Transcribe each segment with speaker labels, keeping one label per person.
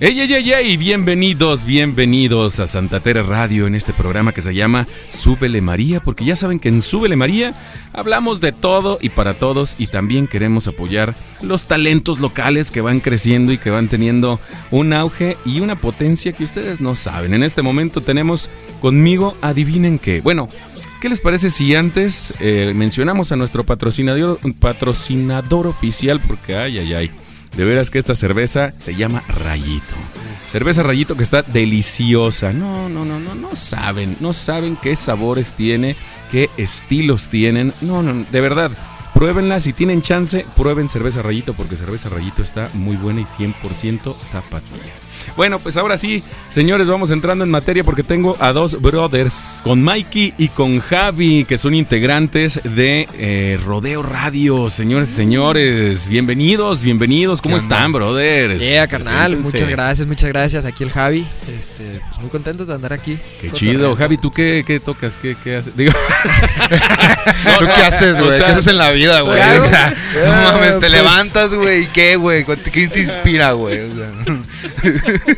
Speaker 1: ¡Ey, ey, ey, ey! Bienvenidos, bienvenidos a Santa Tere Radio en este programa que se llama Súbele María, porque ya saben que en Súbele María hablamos de todo y para todos y también queremos apoyar los talentos locales que van creciendo y que van teniendo un auge y una potencia que ustedes no saben. En este momento tenemos conmigo, adivinen qué. Bueno, ¿Qué les parece si antes eh, mencionamos a nuestro patrocinador, patrocinador oficial? Porque, ay, ay, ay, de veras que esta cerveza se llama Rayito. Cerveza Rayito que está deliciosa. No, no, no, no, no saben, no saben qué sabores tiene, qué estilos tienen. No, no, de verdad. Pruébenla, si tienen chance, prueben cerveza Rayito porque cerveza Rayito está muy buena y 100% tapatía. Bueno, pues ahora sí, señores, vamos entrando en materia porque tengo a dos brothers, con Mikey y con Javi, que son integrantes de eh, Rodeo Radio. Señores y señores, bienvenidos, bienvenidos. ¿Cómo
Speaker 2: ¿Qué onda?
Speaker 1: están, brothers?
Speaker 2: Yeah, carnal,
Speaker 1: Preséntense.
Speaker 2: muchas gracias, muchas gracias. Aquí el Javi. Este, pues muy contentos de andar aquí.
Speaker 1: Qué
Speaker 2: Cotorreando.
Speaker 1: chido. Javi, ¿tú qué, qué tocas? ¿Qué, qué haces? Digo,
Speaker 3: ¿Tú qué haces,
Speaker 1: o
Speaker 3: güey?
Speaker 1: sea,
Speaker 3: ¿Qué haces en la vida, güey?
Speaker 2: claro.
Speaker 3: O sea, no
Speaker 2: Ah,
Speaker 3: mames, te
Speaker 2: pues-
Speaker 3: levantas, güey, ¿y qué, güey? ¿Cuánto- ¿Qué te inspira, güey? O sea,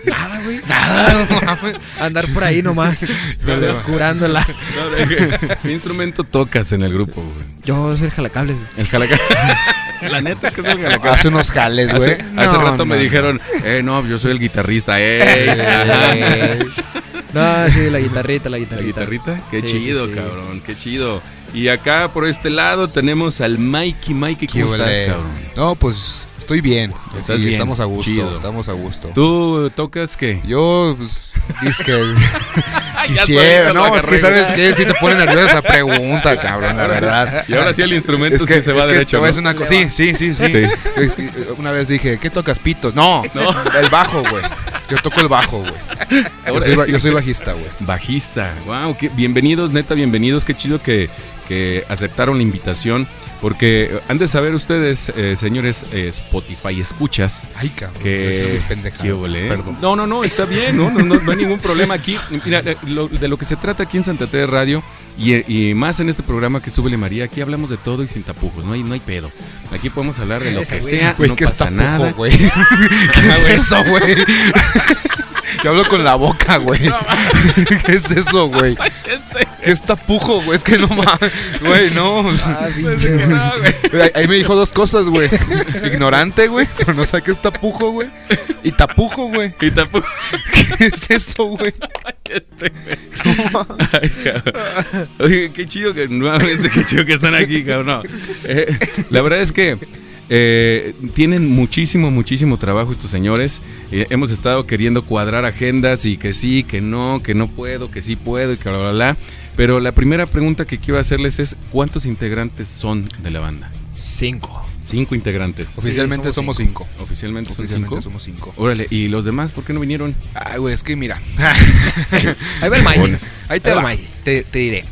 Speaker 2: Nada, güey.
Speaker 3: nada, no mames.
Speaker 2: Andar por ahí nomás,
Speaker 1: Vale, va.
Speaker 2: curándola.
Speaker 1: ¿Qué instrumento tocas en el grupo, güey?
Speaker 2: Yo soy el jalacables. güey.
Speaker 1: El jalaca. La neta es que es el jalaca.
Speaker 3: Hace unos jales, güey.
Speaker 1: Hace, hace
Speaker 3: No,
Speaker 1: rato me
Speaker 3: no.
Speaker 1: dijeron, eh, no, yo soy el guitarrista, eh. Ajá.
Speaker 3: Eh,
Speaker 2: No, sí, la guitarrita,
Speaker 1: ¿La
Speaker 2: la guitarrita.
Speaker 1: guitarrita? Qué
Speaker 2: Sí,
Speaker 1: chido,
Speaker 2: sí, sí.
Speaker 1: cabrón, qué chido. Y acá por este lado tenemos al Mikey. Mikey,
Speaker 3: qué
Speaker 1: ¿cómo estás,
Speaker 3: huele.
Speaker 1: cabrón?
Speaker 3: No, pues estoy bien.
Speaker 1: Estás
Speaker 3: Sí,
Speaker 1: bien,
Speaker 3: Estamos a gusto,
Speaker 1: chido.
Speaker 3: estamos a gusto.
Speaker 1: ¿Tú tocas qué?
Speaker 3: Yo, pues, disque
Speaker 1: ya
Speaker 3: quisiera.
Speaker 1: solito la
Speaker 3: No, es que
Speaker 1: agarré.
Speaker 3: sabes que si te pone nervioso esa pregunta, cabrón, la verdad.
Speaker 1: Y ahora sí el instrumento sí se va
Speaker 3: es que
Speaker 1: derecho.
Speaker 3: te voy
Speaker 1: ¿no?
Speaker 3: a decir una cosa. Sí, sí, sí, sí.
Speaker 1: Sí.
Speaker 3: Es que, eh, Una vez dije, ¿qué tocas pitos? No, el bajo, güey. Yo toco el bajo, güey. Yo
Speaker 1: Ahora-
Speaker 3: soy, ba- yo soy bajista, güey.
Speaker 1: Bajista. Wow, qué, bienvenidos, neta, bienvenidos. Qué chido que, que aceptaron la invitación. Porque eh, han de saber ustedes, eh, señores, eh, Spotify escuchas.
Speaker 3: Ay, cabrón. eso
Speaker 1: que
Speaker 3: es pendejada.
Speaker 1: qué ole, ¿eh?
Speaker 3: Perdón.
Speaker 1: No, no, no, está bien, no, no, no, no hay ningún problema aquí. Mira, eh, lo- de lo que se trata aquí en Santa Tere Radio y, eh, y más en este programa que Súbele María, aquí hablamos de todo y sin tapujos, no hay, no hay pedo. Aquí podemos hablar de lo que sea,
Speaker 3: Güey,
Speaker 1: no
Speaker 3: ¿qué
Speaker 1: pasa
Speaker 3: es tapujo,
Speaker 1: nada.
Speaker 3: güey? ¿Qué es eso, güey? Yo hablo con la boca, güey. ¿Qué es eso, güey? ¿Qué es tapujo, güey? Es que no mames. Güey, no.
Speaker 2: Ah, pinche.
Speaker 3: Ahí- Ahí me dijo dos cosas, güey. Ignorante, güey. Pero no sé qué es tapujo, güey. Y tapujo, güey.
Speaker 1: Y tapujo.
Speaker 3: ¿Qué es eso, güey?
Speaker 1: Ay, cabrón. Oye, qué chido que nuevamente, qué chido que están aquí, cabrón. No. Eh, la verdad es que eh, tienen muchísimo, muchísimo trabajo estos señores. Eh, hemos estado queriendo cuadrar agendas y que sí, que no, que no puedo, que sí puedo y que bla, bla, bla. Pero la primera pregunta que quiero hacerles es: ¿cuántos integrantes son de la banda?
Speaker 2: Cinco.
Speaker 1: Cinco integrantes.
Speaker 3: Oficialmente
Speaker 2: Sí, somos
Speaker 3: somos cinco.
Speaker 1: Oficialmente son
Speaker 3: Oficialmente
Speaker 1: cinco.
Speaker 3: somos cinco.
Speaker 1: Órale, ¿y los demás por qué no vinieron?
Speaker 3: Ay, güey, es que mira.
Speaker 2: Ahí va el Mike.
Speaker 1: Chingones.
Speaker 3: Ahí te
Speaker 2: Ahí va,
Speaker 3: va.
Speaker 2: Mike.
Speaker 3: Te, te diré.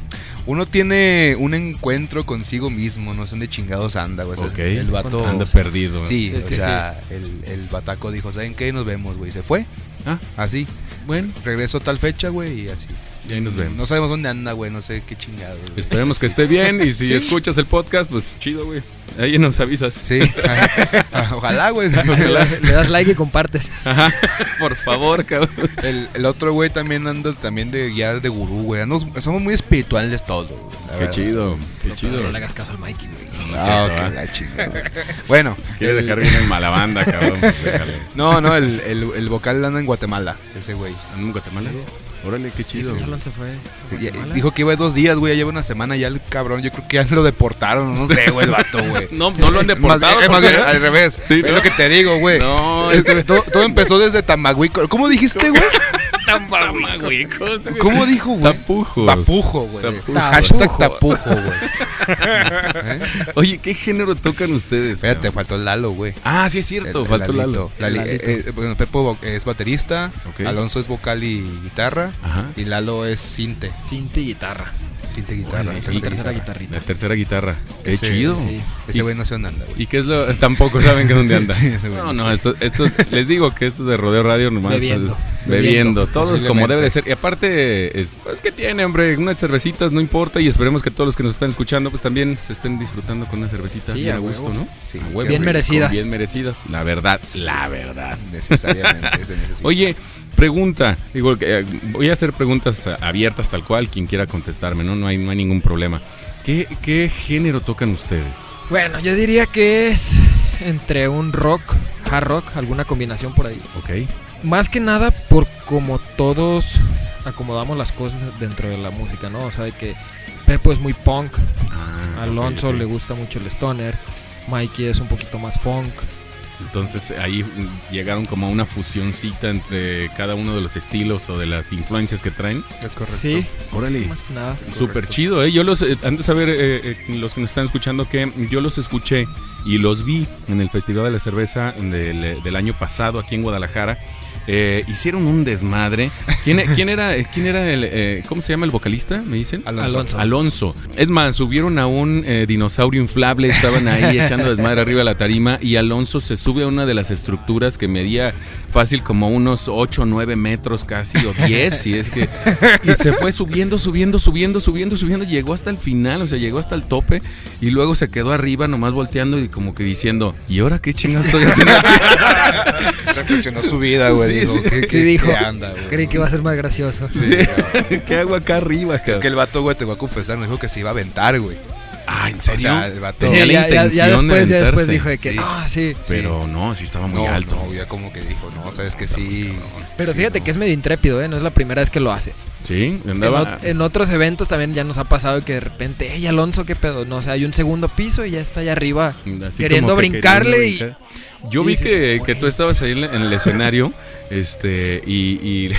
Speaker 3: Uno tiene un encuentro consigo mismo, no sé dónde chingados anda, güey. O sea,
Speaker 1: Ok.
Speaker 3: El vato.
Speaker 1: Anda perdido.
Speaker 3: Sí,
Speaker 2: Sí,
Speaker 3: o
Speaker 2: sí,
Speaker 3: sea, El, el bataco dijo, ¿saben qué? Nos vemos, güey. Se fue,
Speaker 1: Ah,
Speaker 3: así.
Speaker 1: bueno,
Speaker 3: Regresó tal fecha, güey, y así.
Speaker 1: y ahí nos vemos.
Speaker 3: No sabemos dónde anda, güey, no sé qué chingado. güey.
Speaker 1: Esperemos que esté bien y si escuchas el podcast, pues chido, güey. Ahí nos avisas.
Speaker 3: Sí, ojalá, güey.
Speaker 1: Ojalá.
Speaker 2: Le das like y compartes.
Speaker 1: Ajá. Por favor, cabrón.
Speaker 3: El, el otro güey también anda también de guía de gurú, güey. Nos- somos muy espirituales todos. güey, la
Speaker 1: Qué
Speaker 3: verdad.
Speaker 1: chido, qué
Speaker 2: Pero
Speaker 1: chido.
Speaker 2: No le hagas caso al Mikey, güey.
Speaker 3: Ah, ok,
Speaker 1: ¿verdad?
Speaker 3: la chingada. Bueno,
Speaker 1: Quiere
Speaker 3: el-
Speaker 1: dejar bien en mala banda, cabrón. pues, déjale.
Speaker 3: No, no, el, el, el vocal anda en Guatemala, ese güey.
Speaker 1: ¿Anda en Guatemala? Órale, qué chido.
Speaker 2: Marlon se fue. a
Speaker 3: Y- y-
Speaker 2: Guatemala.
Speaker 3: Dijo que iba dos días, güey, ya lleva una semana ya el cabrón. Yo creo que ya lo deportaron, no sé, güey, el vato, güey.
Speaker 1: Eh, No, no lo han deportado.
Speaker 3: Más bien- más
Speaker 1: porque-
Speaker 3: bien, al revés.
Speaker 1: Sí,
Speaker 3: es
Speaker 1: ¿no?
Speaker 3: lo que te digo, güey.
Speaker 1: No,
Speaker 3: Es- todo, todo empezó desde Tamagüico. ¿Cómo dijiste, güey?
Speaker 1: Tamagüicos.
Speaker 3: ¿Cómo dijo, güey?
Speaker 1: Tapujos.
Speaker 3: Tapujo, güey.
Speaker 1: eh? Tapujo.
Speaker 3: Hashtag tapujo, güey.
Speaker 1: Oye, ¿qué género tocan ustedes?
Speaker 3: Espérate,
Speaker 1: cabrón?
Speaker 3: faltó el Lalo, güey.
Speaker 1: Ah, sí es cierto, faltó Lalo.
Speaker 3: Lalito. Lali- eh, eh, bueno, Pepo vo- es baterista,
Speaker 1: Ok.
Speaker 3: Alonso es vocal y guitarra,
Speaker 1: Ajá.
Speaker 3: y Lalo es cinte.
Speaker 2: Cinta y guitarra.
Speaker 3: Siguiente guitarra.
Speaker 2: Y
Speaker 3: tercera
Speaker 2: tercera
Speaker 3: guitarra.
Speaker 2: guitarrita.
Speaker 1: La tercera guitarra. Qué
Speaker 3: Ese-
Speaker 1: chido.
Speaker 2: sí.
Speaker 1: Y-
Speaker 3: Ese güey no sé dónde anda, güey.
Speaker 1: ¿Y qué es lo.? Tampoco saben que dónde anda.
Speaker 3: Sí, ese güey
Speaker 1: No,
Speaker 3: no
Speaker 1: no,
Speaker 3: sabe.
Speaker 1: esto, esto- les digo que esto es de Rodeo Radio nomás.
Speaker 2: Bebiendo.
Speaker 1: es- bebiendo.
Speaker 2: Bebiendo,
Speaker 1: Todo como
Speaker 3: posiblemente.
Speaker 1: debe de ser. Y aparte, es, pues, ¿qué tiene, hombre? Unas cervecitas, no importa. Y esperemos que todos los que nos están escuchando, pues también se estén disfrutando con una cervecita.
Speaker 2: Sí,
Speaker 1: bien
Speaker 2: a
Speaker 1: gusto,
Speaker 2: huevo.
Speaker 1: ¿no?
Speaker 3: Sí,
Speaker 1: A
Speaker 3: qué
Speaker 1: huevo.
Speaker 2: Bien
Speaker 3: rico.
Speaker 2: merecidas.
Speaker 1: Bien merecidas. La verdad, la verdad.
Speaker 3: Necesariamente. se necesita.
Speaker 1: Oye, pregunta. Digo, que, eh, voy a hacer preguntas a- abiertas tal cual, quien quiera contestarme, ¿no? No hay, no hay ningún problema. ¿Qué, ¿Qué género tocan ustedes?
Speaker 2: Bueno, yo diría que es entre un rock, hard rock, alguna combinación por ahí.
Speaker 1: ¿Ok?
Speaker 2: Más que nada por como todos acomodamos las cosas dentro de la música, ¿no? O sea, de que Pepo es muy punk,
Speaker 1: Ah,
Speaker 2: Alonso
Speaker 1: ok, ok.
Speaker 2: le gusta mucho el stoner, Mikey es un poquito más funk.
Speaker 1: Entonces ahí mm, llegaron como a una fusioncita entre cada uno de los estilos o de las influencias que traen.
Speaker 3: Es correcto.
Speaker 2: Sí,
Speaker 1: Órale.
Speaker 2: más que nada.
Speaker 1: Súper chido, ¿eh? Yo los, eh, antes de ver, eh, eh, los que nos están escuchando, que yo los escuché y los vi en el Festival de la Cerveza eh, del, del año pasado aquí en Guadalajara. Eh, hicieron un desmadre. ¿Quién, quién era, eh, quién era el, eh, cómo se llama el vocalista, me dicen?
Speaker 3: Alonso.
Speaker 2: Alonso.
Speaker 1: Alonso. Es más, subieron a un eh, dinosaurio inflable, estaban ahí echando desmadre arriba de la tarima y Alonso se sube a una de las estructuras que medía fácil como unos 8 o 9 metros casi o 10, si es que... Y se fue subiendo, subiendo, subiendo, subiendo, subiendo, llegó hasta el final, o sea, llegó hasta el tope y luego se quedó arriba nomás volteando y como que diciendo, ¿y ahora qué chingados estoy haciendo? aquí?"
Speaker 3: Reflexionó su vida, güey.
Speaker 1: Sí,
Speaker 3: digo,
Speaker 1: sí.
Speaker 3: ¿qué,
Speaker 2: Sí,
Speaker 3: qué-
Speaker 2: dijo.
Speaker 3: qué anda, güey?
Speaker 2: Creí que iba a ser más gracioso.
Speaker 1: ¿Qué hago acá arriba,
Speaker 3: Es
Speaker 1: cabrón?
Speaker 3: que el vato, güey, te voy a confesar, me dijo que se iba a aventar, güey.
Speaker 1: Ah, ¿en
Speaker 3: O
Speaker 1: serio?
Speaker 3: sea, el vato.
Speaker 1: Tenía
Speaker 2: Sí,
Speaker 1: la
Speaker 2: ya, ya- ya
Speaker 1: intención de
Speaker 2: después, ya después
Speaker 1: aventarse.
Speaker 2: dijo de que,
Speaker 3: Sí.
Speaker 2: ah, sí.
Speaker 1: Pero no, sí estaba muy
Speaker 3: no,
Speaker 1: alto.
Speaker 3: no, ya como que dijo, no, sabes que sí.
Speaker 2: Pero
Speaker 3: Sí,
Speaker 2: fíjate
Speaker 3: no.
Speaker 2: que es medio intrépido, ¿eh? No es la primera vez que lo hace.
Speaker 1: Sí,
Speaker 2: En,
Speaker 1: andaba...
Speaker 2: ot- en otros eventos también ya nos ha pasado que de repente, hey Alonso, qué pedo, no, o sea, hay un segundo piso y ya está allá arriba.
Speaker 1: Así
Speaker 2: Queriendo
Speaker 1: como que
Speaker 2: brincarle
Speaker 1: queriendo brincar. Yo vi
Speaker 2: y dices,
Speaker 1: que, que
Speaker 2: "Güey".
Speaker 1: tú estabas ahí en, la- en el escenario este y, y-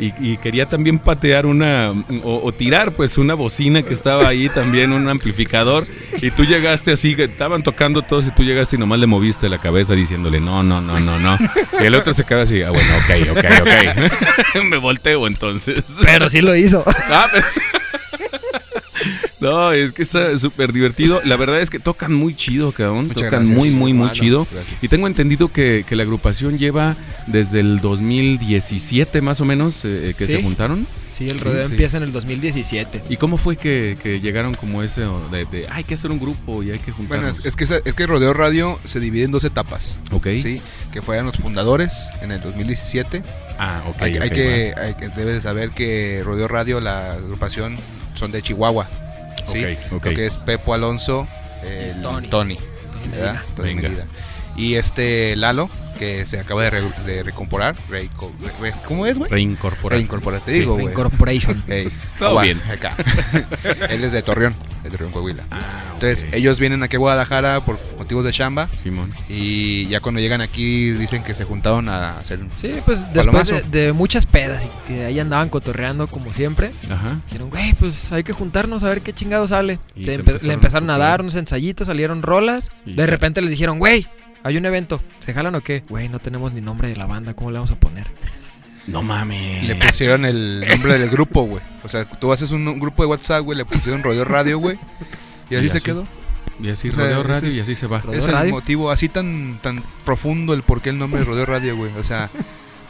Speaker 1: y- y quería también patear una o, o tirar pues una bocina que estaba ahí también, un amplificador y tú llegaste así, que estaban tocando todos y tú llegaste y nomás le moviste la cabeza diciéndole no, no, no, no, no y el otro se queda así, ah bueno, ok, ok, ok me volteo entonces
Speaker 2: Pero sí lo hizo.
Speaker 1: Ah, pero sí. No, es que está súper divertido. La verdad es que tocan muy chido, cabrón.
Speaker 3: Muchas
Speaker 1: tocan
Speaker 3: gracias,
Speaker 1: muy, muy, muy
Speaker 3: hermano.
Speaker 1: chido.
Speaker 3: Gracias.
Speaker 1: Y tengo entendido que, que la agrupación lleva desde el 2017 más o menos eh, que se
Speaker 2: Sí.
Speaker 1: juntaron.
Speaker 2: Sí, el
Speaker 3: Sí,
Speaker 2: rodeo
Speaker 3: sí.
Speaker 2: empieza en el 2017.
Speaker 1: ¿Y cómo fue que, que llegaron como ese o de, de, "Ah, hay que hacer un grupo y hay que
Speaker 3: Bueno,
Speaker 1: juntarnos?
Speaker 3: es, es que, esa- es que Rodeo Radio se divide en dos etapas.
Speaker 1: ok.
Speaker 3: Sí, que fueron los fundadores en el 2017.
Speaker 1: Ah, ok.
Speaker 3: hay, hay
Speaker 1: ok,
Speaker 3: que, hay que- debes de saber que Rodeo Radio, la agrupación, son de Chihuahua. Sí,
Speaker 1: Ok, ok.
Speaker 3: Lo que es Pepo Alonso, el
Speaker 2: Tony.
Speaker 3: Tony.
Speaker 2: Entonces,
Speaker 3: ¿verdad?
Speaker 2: mira,
Speaker 3: Entonces,
Speaker 1: Venga.
Speaker 3: medida. Y este Lalo, que se acaba de, re- de recomporar. reico- re- re- ¿Cómo es,
Speaker 1: va.
Speaker 3: güey?
Speaker 1: Reincorporar.
Speaker 3: Reincorporar, te
Speaker 1: Sí,
Speaker 3: digo, Oh, güey.
Speaker 2: Reincorporation.
Speaker 3: Ey,
Speaker 1: Todo
Speaker 3: agua,
Speaker 1: bien.
Speaker 3: Acá. Él es de Torreón, de Torreón, Coahuila.
Speaker 1: Ah, ok.
Speaker 3: Entonces, ellos vienen aquí a Guadalajara por motivos de chamba.
Speaker 1: Simón.
Speaker 3: Y ya cuando llegan aquí, dicen que se juntaron a hacer.
Speaker 2: Sí, pues después
Speaker 3: Palomazo.
Speaker 2: de, de muchas pedas y que ahí andaban cotorreando como siempre,
Speaker 1: Ajá.
Speaker 2: dijeron, güey, pues hay que juntarnos a ver qué chingado sale.
Speaker 1: Y
Speaker 2: Se
Speaker 1: se
Speaker 2: empe-
Speaker 1: empezaron
Speaker 2: le empezaron
Speaker 1: a
Speaker 2: a
Speaker 1: cotorrear.
Speaker 2: dar unos ensayitos, salieron rolas.
Speaker 1: Y
Speaker 2: de
Speaker 1: ya.
Speaker 2: repente les dijeron, güey, hay un evento, ¿se jalan o qué? Güey, no tenemos ni nombre de la banda, ¿cómo le vamos a poner?
Speaker 1: No mames.
Speaker 3: Le pusieron el nombre del grupo, güey. O sea, tú haces un, un grupo de WhatsApp, güey, le pusieron Rodeo Radio, güey. Y
Speaker 1: Y
Speaker 3: así se
Speaker 1: así.
Speaker 3: quedó.
Speaker 1: y así
Speaker 3: o sea,
Speaker 1: rodeo
Speaker 3: ese
Speaker 1: radio
Speaker 3: es-
Speaker 1: y así se va.
Speaker 2: ¿Rodeo
Speaker 3: Es el
Speaker 2: Radio?
Speaker 3: motivo así tan tan profundo el por qué el nombre de Rodeo Radio, güey. O sea,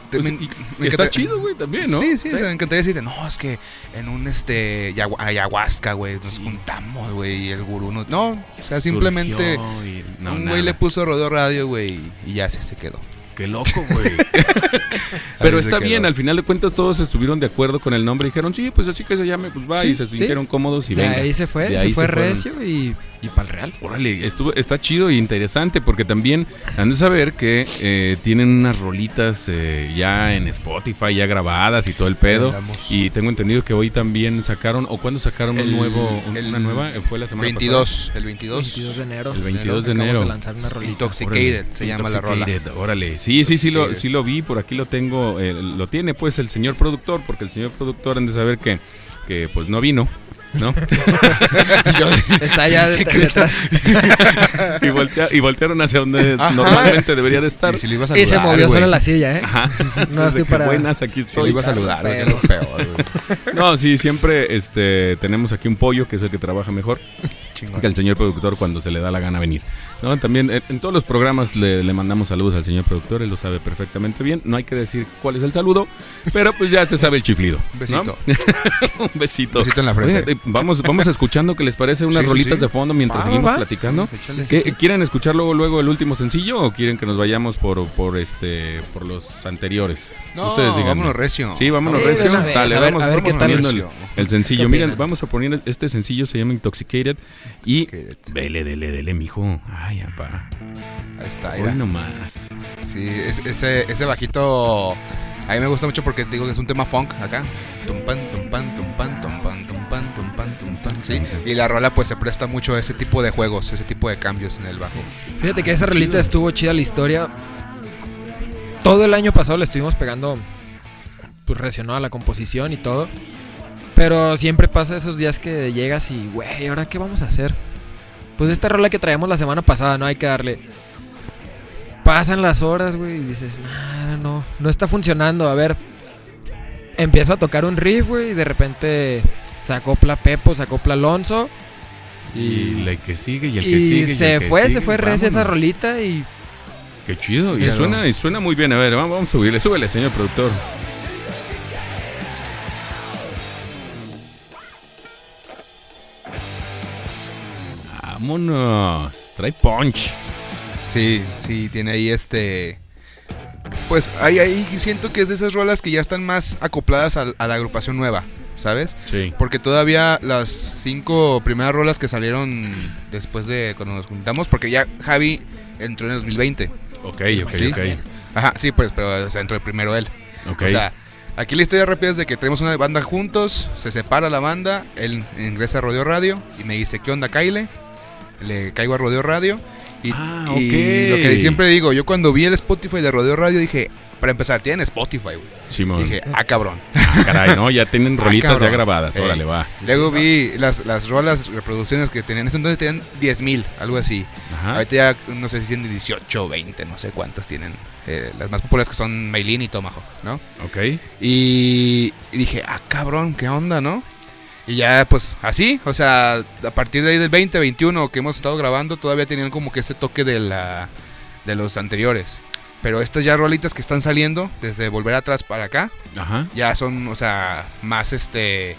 Speaker 3: te-
Speaker 1: Pues,
Speaker 3: me-
Speaker 1: y-
Speaker 3: me
Speaker 1: está
Speaker 3: encanta-
Speaker 1: chido, güey, también, ¿no?
Speaker 3: Sí, sí, o sea, me encantaría decirte, no, es que en un este yagu- ayahuasca, güey, nos
Speaker 1: Sí.
Speaker 3: juntamos, güey, y el gurú no, no, o sea, simplemente
Speaker 1: Surgió y- no,
Speaker 3: un
Speaker 1: nada.
Speaker 3: güey le puso Rodeo Radio, güey, y ya se, se quedó.
Speaker 1: Qué loco, güey. Pero
Speaker 3: Así se
Speaker 1: está
Speaker 3: quedó.
Speaker 1: bien, al final de cuentas todos estuvieron de acuerdo con el nombre. Dijeron, sí, pues así que se llame, pues va.
Speaker 2: Sí,
Speaker 1: y se
Speaker 2: sí.
Speaker 1: sintieron cómodos y
Speaker 2: de
Speaker 1: venga.
Speaker 2: ahí se fue,
Speaker 1: De
Speaker 2: se
Speaker 1: ahí
Speaker 2: fue
Speaker 1: se fueron.
Speaker 2: recio y, y para el real.
Speaker 1: Órale, estuvo, está chido y interesante porque también han de saber que eh, tienen unas rolitas eh, ya en Spotify, ya grabadas y todo el pedo.
Speaker 3: Andamos.
Speaker 1: Y tengo entendido que hoy también sacaron, o cuándo sacaron un
Speaker 3: El-
Speaker 1: nuevo,
Speaker 3: el
Speaker 1: una nueva, Eh, fue la semana
Speaker 3: 22, el 22.
Speaker 2: 22 de enero.
Speaker 1: El 22 de
Speaker 2: Acabamos
Speaker 1: enero.
Speaker 2: lanzar una rolita.
Speaker 1: pasada.
Speaker 3: Intoxicated
Speaker 1: Órale.
Speaker 3: se llama la rola.
Speaker 1: Intoxicated, Órale, sí, sí, sí lo,
Speaker 3: Intoxicated.
Speaker 1: sí lo vi, por aquí lo tengo, eh, lo tiene pues el señor productor, porque el señor productor han de saber que, que pues no vino. ¿no?
Speaker 2: Está allá
Speaker 3: Pensé que
Speaker 2: detrás.
Speaker 1: Y, voltea- y voltearon hacia donde
Speaker 3: Ajá.
Speaker 1: normalmente debería de estar.
Speaker 3: Y si le iba a
Speaker 2: Y
Speaker 3: saludar,
Speaker 2: se movió
Speaker 3: güey.
Speaker 2: solo la silla, ¿eh?
Speaker 1: Ajá. Entonces,
Speaker 2: estoy
Speaker 1: de que,
Speaker 2: parada.
Speaker 1: Buenas, aquí
Speaker 3: Si le
Speaker 1: estoy.
Speaker 3: iba a saludar, güey, que es lo peor, güey.
Speaker 1: No, sí, siempre este, tenemos aquí un pollo que es el que trabaja mejor
Speaker 3: Chingón.
Speaker 1: que el señor productor cuando se le da la gana venir. ¿no? También eh, en todos los programas le, le mandamos saludos al señor productor, él lo sabe perfectamente bien. No hay que decir cuál es el saludo, pero pues ya se sabe el chiflido.
Speaker 3: Un
Speaker 1: ¿no?
Speaker 3: besito.
Speaker 1: un besito.
Speaker 3: Un besito en la
Speaker 1: Oye,
Speaker 3: frente.
Speaker 1: eh, vamos, vamos escuchando que les parece unas
Speaker 3: Sí, sí,
Speaker 1: rolitas
Speaker 3: sí.
Speaker 1: de fondo mientras
Speaker 3: Va,
Speaker 1: seguimos
Speaker 3: va, va.
Speaker 1: platicando.
Speaker 3: Échale.
Speaker 1: ¿Qué- ¿Quieren escuchar luego, luego el último sencillo o quieren que nos vayamos por, por este por los anteriores?
Speaker 3: No,
Speaker 1: Ustedes digan.
Speaker 3: vámonos recio.
Speaker 1: Sí, vámonos
Speaker 2: Sí,
Speaker 1: recio.
Speaker 2: de una vez,
Speaker 1: Sale,
Speaker 2: a ver-
Speaker 1: vamos,
Speaker 2: a ver
Speaker 1: vamos
Speaker 2: qué tal.
Speaker 1: poniendo el, el
Speaker 2: ¿Qué
Speaker 1: sencillo.
Speaker 2: opinan?
Speaker 1: Miren, vamos a poner este sencillo, se llama Intoxicated. Y
Speaker 3: Intoxicated.
Speaker 1: dele, dele, dele, mijo. Ay, apá.
Speaker 3: Ahí está,
Speaker 1: Hoy
Speaker 3: mira.
Speaker 1: nomás.
Speaker 3: Sí, es- ese, ese bajito a mí me gusta mucho porque te digo que es un tema funk acá. Tum, pan, tum, pan, tum, pan, tum, pan, tum, pan, tum, pan, tum, pan, Sí, y la rola pues se presta mucho a ese tipo de juegos, ese tipo de cambios en el bajo.
Speaker 2: Fíjate que esa relita
Speaker 1: Chido.
Speaker 2: estuvo chida la historia. Todo el año pasado le estuvimos pegando pues reaccionó a la composición y todo. Pero siempre pasa esos días que llegas y, güey, ¿ahora qué vamos a hacer? Pues esta rola que traemos la semana pasada, no hay que darle. Pasan las horas, güey, y dices, nah, no, no está funcionando. A ver, empiezo a tocar un riff, güey, y de repente se acopla Pepo, se acopla Alonso.
Speaker 1: Y el que sigue, y el que
Speaker 2: y
Speaker 1: sigue. y
Speaker 2: se
Speaker 1: el que
Speaker 2: fue,
Speaker 1: sigue,
Speaker 2: se fue recia esa
Speaker 1: vámonos.
Speaker 2: rolita y
Speaker 1: Qué chido. Y
Speaker 3: Claro.
Speaker 1: suena, y suena muy bien. A ver, vamos, vamos a subirle. Súbele, señor productor. Vámonos. Trae punch.
Speaker 3: Sí, sí, tiene ahí este... Pues ahí, ahí siento que es de esas rolas que ya están más acopladas al- a la agrupación nueva, ¿sabes?
Speaker 1: Sí.
Speaker 3: Porque todavía las cinco primeras rolas que salieron después de cuando nos juntamos, porque ya Javi entró en el 2020.
Speaker 1: Ok, ok,
Speaker 3: Sí.
Speaker 1: ok.
Speaker 3: Ajá, sí, pues, pero o sea, entró primero él.
Speaker 1: Ok.
Speaker 3: O sea, aquí la historia rápida es de que tenemos una banda juntos, se separa la banda, él ingresa a Rodeo Radio y me dice, ¿qué onda, Kyle? Le caigo a Rodeo Radio. Y,
Speaker 1: Ah,
Speaker 3: y
Speaker 1: ok.
Speaker 3: lo que siempre digo, yo cuando vi el Spotify de Rodeo Radio dije, para empezar, tienen Spotify, güey.
Speaker 1: Simón.
Speaker 3: Dije, ah, cabrón.
Speaker 1: Ah, caray, ¿no? Ya tienen
Speaker 3: Ah,
Speaker 1: rolitas ya
Speaker 3: cabrón.
Speaker 1: grabadas.
Speaker 3: Ey.
Speaker 1: Órale, va.
Speaker 3: Luego vi las, las rolas, reproducciones que tenían. En ese entonces tenían 10.000, algo así.
Speaker 1: Ajá.
Speaker 3: Ahorita ya, no sé si tienen 18, 20, no sé cuántas tienen. Eh, las más populares que son Maylin y Tomahawk, ¿no?
Speaker 1: Ok.
Speaker 3: Y, y dije, ah, cabrón, ¿qué onda, no? Y ya, pues, así, o sea, a partir de ahí del 20, 21 que hemos estado grabando, todavía tenían como que ese toque de, la, de los anteriores. Pero estas ya rolitas que están saliendo, desde volver atrás para acá,
Speaker 1: Ajá.
Speaker 3: ya son, o sea, más este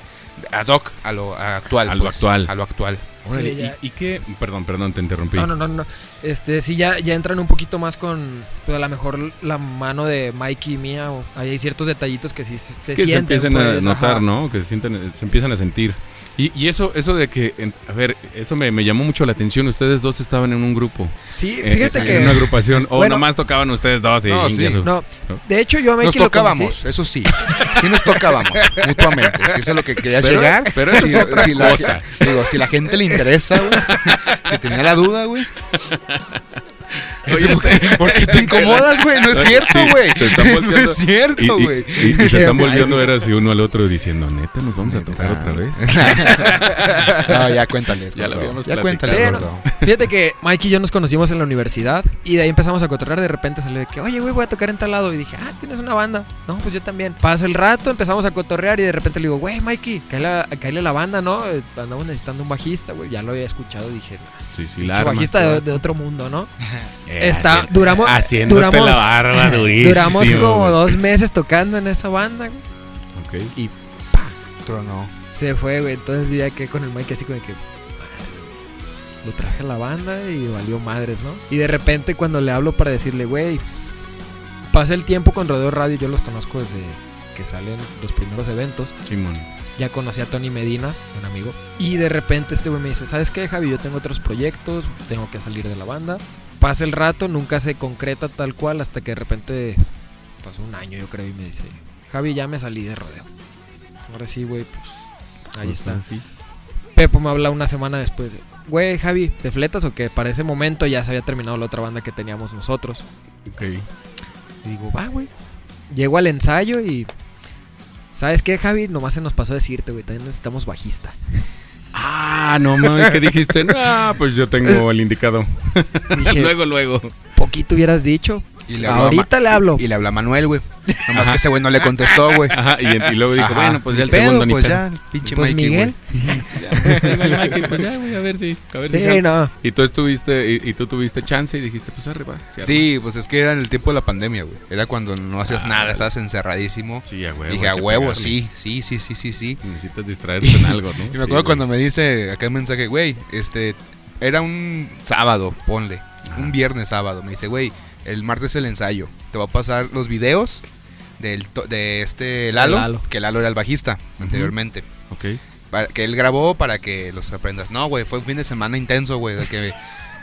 Speaker 3: ad hoc a lo a actual.
Speaker 1: A lo
Speaker 3: pues,
Speaker 1: actual.
Speaker 3: A lo actual.
Speaker 1: Órale,
Speaker 2: Sí, ya.
Speaker 1: ¿Y, y qué? Perdón, perdón, te interrumpí.
Speaker 2: No, no, no, no. Este, sí, ya, ya entran un poquito más con, pues, a lo mejor la mano de Mikey y mía. O, ahí hay ciertos detallitos que sí se, se
Speaker 1: que se
Speaker 2: sienten.
Speaker 1: empiecen a
Speaker 2: pues,
Speaker 1: notar,
Speaker 2: ajá.
Speaker 1: ¿no? Que se, sienten, se empiezan a sentir. Y, y eso, eso de que, en- a ver, eso me, me llamó mucho la atención. Ustedes dos estaban en un grupo.
Speaker 2: Sí,
Speaker 1: eh,
Speaker 2: fíjate
Speaker 1: en,
Speaker 2: que.
Speaker 1: una agrupación. O
Speaker 2: Bueno.
Speaker 1: nomás tocaban ustedes dos y
Speaker 3: No, sí.
Speaker 1: ingazo.
Speaker 2: No, de hecho yo a Mikey
Speaker 3: Nos
Speaker 2: lo
Speaker 3: tocábamos,
Speaker 2: conocí-
Speaker 3: eso sí. Sí nos tocábamos, mutuamente. Si eso es lo que querías
Speaker 1: Pero-
Speaker 3: llegar.
Speaker 1: pero eso
Speaker 3: si,
Speaker 1: es otra
Speaker 3: si la,
Speaker 1: cosa.
Speaker 3: Digo, si la gente le interesa, güey. Si tenía la duda, güey.
Speaker 1: Oye,
Speaker 3: ¿Por qué- ¿Por qué te incomodas, güey? No es cierto,
Speaker 1: Sí,
Speaker 3: güey.
Speaker 1: se están
Speaker 3: no
Speaker 1: volteando.
Speaker 3: es cierto,
Speaker 1: Y, y-
Speaker 3: güey.
Speaker 1: y- y se están
Speaker 3: Ay,
Speaker 1: volviendo a ver así uno al otro diciendo, neta, nos vamos a tocar otra vez.
Speaker 3: No, ya cuéntales.
Speaker 1: Ya lo
Speaker 3: gordo.
Speaker 1: habíamos
Speaker 3: Ya
Speaker 1: platicado.
Speaker 3: cuéntales,
Speaker 2: Pero-
Speaker 3: gordo.
Speaker 2: Fíjate que Mikey y yo nos conocimos en la universidad y de ahí empezamos a cotorrear. De repente salió de que, oye, güey, voy a tocar en tal lado. Y dije, ah, tienes una banda. No, pues yo también. Pasa el rato, empezamos a cotorrear y de repente le digo, güey, Mikey, cáele a, cáele a la banda, ¿no? Eh, Andamos necesitando un bajista, güey. Ya lo había escuchado y dije, "Nah,
Speaker 1: Sí, sí,
Speaker 2: pinche
Speaker 1: la armas,
Speaker 2: bajista
Speaker 1: todo.
Speaker 2: de, de otro mundo, ¿no?
Speaker 1: Eh,
Speaker 2: Está,
Speaker 1: haciendo-
Speaker 2: duramos,
Speaker 1: haciéndote
Speaker 2: duramos,
Speaker 1: la barba durísimo.
Speaker 2: duramos como
Speaker 1: güey.
Speaker 2: dos meses tocando en esa banda, güey.
Speaker 1: Ok.
Speaker 3: Trono.
Speaker 2: Se fue, güey. Entonces yo ya quedé con el Mike así como de que. "Madre". Lo traje a la banda y valió madres, ¿no? Y de repente cuando le hablo para decirle, güey, pasa el tiempo con Rodeo Radio, yo los conozco desde que salen los primeros eventos.
Speaker 1: Simón.
Speaker 2: Ya conocí a Tony Medina, un amigo. Y de repente este güey me dice, ¿sabes qué, Javi? Yo tengo otros proyectos, tengo que salir de la banda. Pasa el rato, nunca se concreta tal cual, hasta que de repente pasó un año, yo creo, y me dice, Javi, ya me salí de rodeo. Ahora sí, güey, pues ahí
Speaker 1: Pues,
Speaker 2: está.
Speaker 1: sí.
Speaker 2: Pepo me habla una semana después, güey, Javi, ¿te fletas o qué? Para ese momento ya se había terminado la otra banda que teníamos nosotros.
Speaker 1: Ok.
Speaker 2: Y digo, va, güey. Llego al ensayo y... ¿Sabes qué, Javi? Nomás se nos pasó a decirte, güey, también necesitamos bajista.
Speaker 1: Ah, no mames, ¿qué dijiste? Ah, pues yo tengo el indicado.
Speaker 2: Dije,
Speaker 1: luego, luego.
Speaker 2: poquito hubieras dicho.
Speaker 3: Y le habló a
Speaker 2: Ahorita
Speaker 3: Ma-
Speaker 2: le hablo.
Speaker 3: Y le habla a Manuel, güey. Nomás
Speaker 1: Ajá.
Speaker 3: que ese güey no le contestó, güey.
Speaker 1: Ajá, y, y luego dijo,
Speaker 3: Ajá.
Speaker 1: bueno, pues ya el
Speaker 3: Ni pedo,
Speaker 1: segundo ni
Speaker 3: pues
Speaker 1: pedo.
Speaker 3: ya, el pinche
Speaker 2: Pues
Speaker 3: Mikey,
Speaker 2: Miguel.
Speaker 1: Ya, pues, ahí va el Mikey, pues ya, güey, a ver si. A ver si
Speaker 2: Sí,
Speaker 1: jala.
Speaker 2: no.
Speaker 1: Y tú estuviste, y, y tú tuviste chance y dijiste, pues arriba.
Speaker 3: güey. Sí, pues es que era en el tiempo de la pandemia, güey. Era cuando no hacías nada, estabas encerradísimo.
Speaker 1: Ah, Sí, a huevo.
Speaker 3: Dije,
Speaker 1: hay
Speaker 3: a
Speaker 1: que
Speaker 3: huevo,
Speaker 1: pegarle".
Speaker 3: sí, sí, sí, sí, sí, sí.
Speaker 1: Necesitas distraerte en algo, ¿no?
Speaker 3: Y
Speaker 1: Sí,
Speaker 3: me acuerdo
Speaker 1: güey.
Speaker 3: cuando me dice acá un mensaje, güey, este, era un sábado, ponle, un viernes sábado. Me dice, güey, el martes el ensayo, te va a pasar los videos del to- de este Lalo,
Speaker 2: Lalo.
Speaker 3: que Lalo era el bajista anteriormente.
Speaker 1: Ok.
Speaker 3: para- que él grabó para que los aprendas. No, güey, fue un fin de semana intenso, güey, de que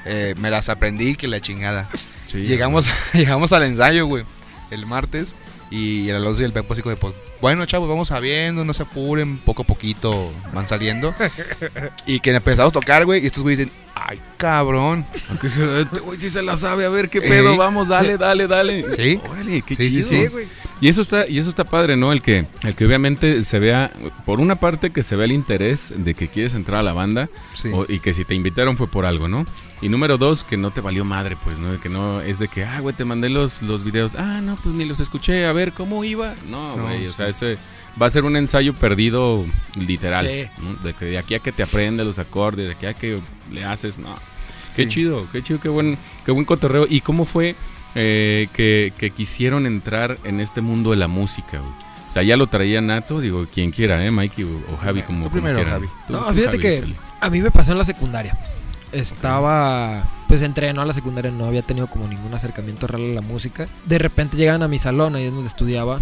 Speaker 3: eh, me las aprendí, que la chingada.
Speaker 1: Sí,
Speaker 3: llegamos, llegamos al ensayo, güey, el martes, y el Alonso y el Pepo así como de, pues, bueno, chavos, vamos sabiendo, no se apuren, poco a poquito van saliendo. y que empezamos a tocar, güey, y estos güeyes dicen, ay, cabrón.
Speaker 1: Aunque, este güey sí se la sabe, a ver qué pedo,
Speaker 3: Ey.
Speaker 1: vamos, dale, dale, dale.
Speaker 3: ¿Eh? Sí.
Speaker 1: Órale, qué
Speaker 3: sí, sí,
Speaker 1: chido.
Speaker 3: sí, güey.
Speaker 1: Y eso está, y eso está padre, ¿no? El que, el que obviamente se vea, por una parte que se vea el interés de que quieres entrar a la banda
Speaker 3: Sí.
Speaker 1: o- y que si te invitaron fue por algo, ¿no? Y número dos, que no te valió madre, pues, ¿no? Que no es de que, ah, güey, te mandé los, los videos. Ah, no, pues ni los escuché, a ver, ¿cómo iba? No,
Speaker 3: No,
Speaker 1: güey, o
Speaker 3: sí.
Speaker 1: sea, ese va a ser un ensayo perdido literal.
Speaker 2: Sí.
Speaker 1: ¿no? De que de aquí a que te aprendes los acordes, de aquí a que le haces, no.
Speaker 3: Sí.
Speaker 1: Qué chido, qué chido, qué buen, qué buen cotorreo. ¿Y cómo fue eh, que, que quisieron entrar en este mundo de la música, güey? O sea, ya lo traía Nato, digo, quien quiera, ¿eh? Mikey o, o Javi,
Speaker 3: Tú
Speaker 1: como como
Speaker 3: primero,
Speaker 1: quieran.
Speaker 3: Javi.
Speaker 1: Tú-
Speaker 2: No,
Speaker 1: tú,
Speaker 2: fíjate
Speaker 1: Javi,
Speaker 2: que-
Speaker 1: échale.
Speaker 2: A mí me pasó en la secundaria. Estaba, pues entré, ¿no? A la secundaria no había tenido como ningún acercamiento real a la música. De repente llegan a mi salón, ahí es donde estudiaba.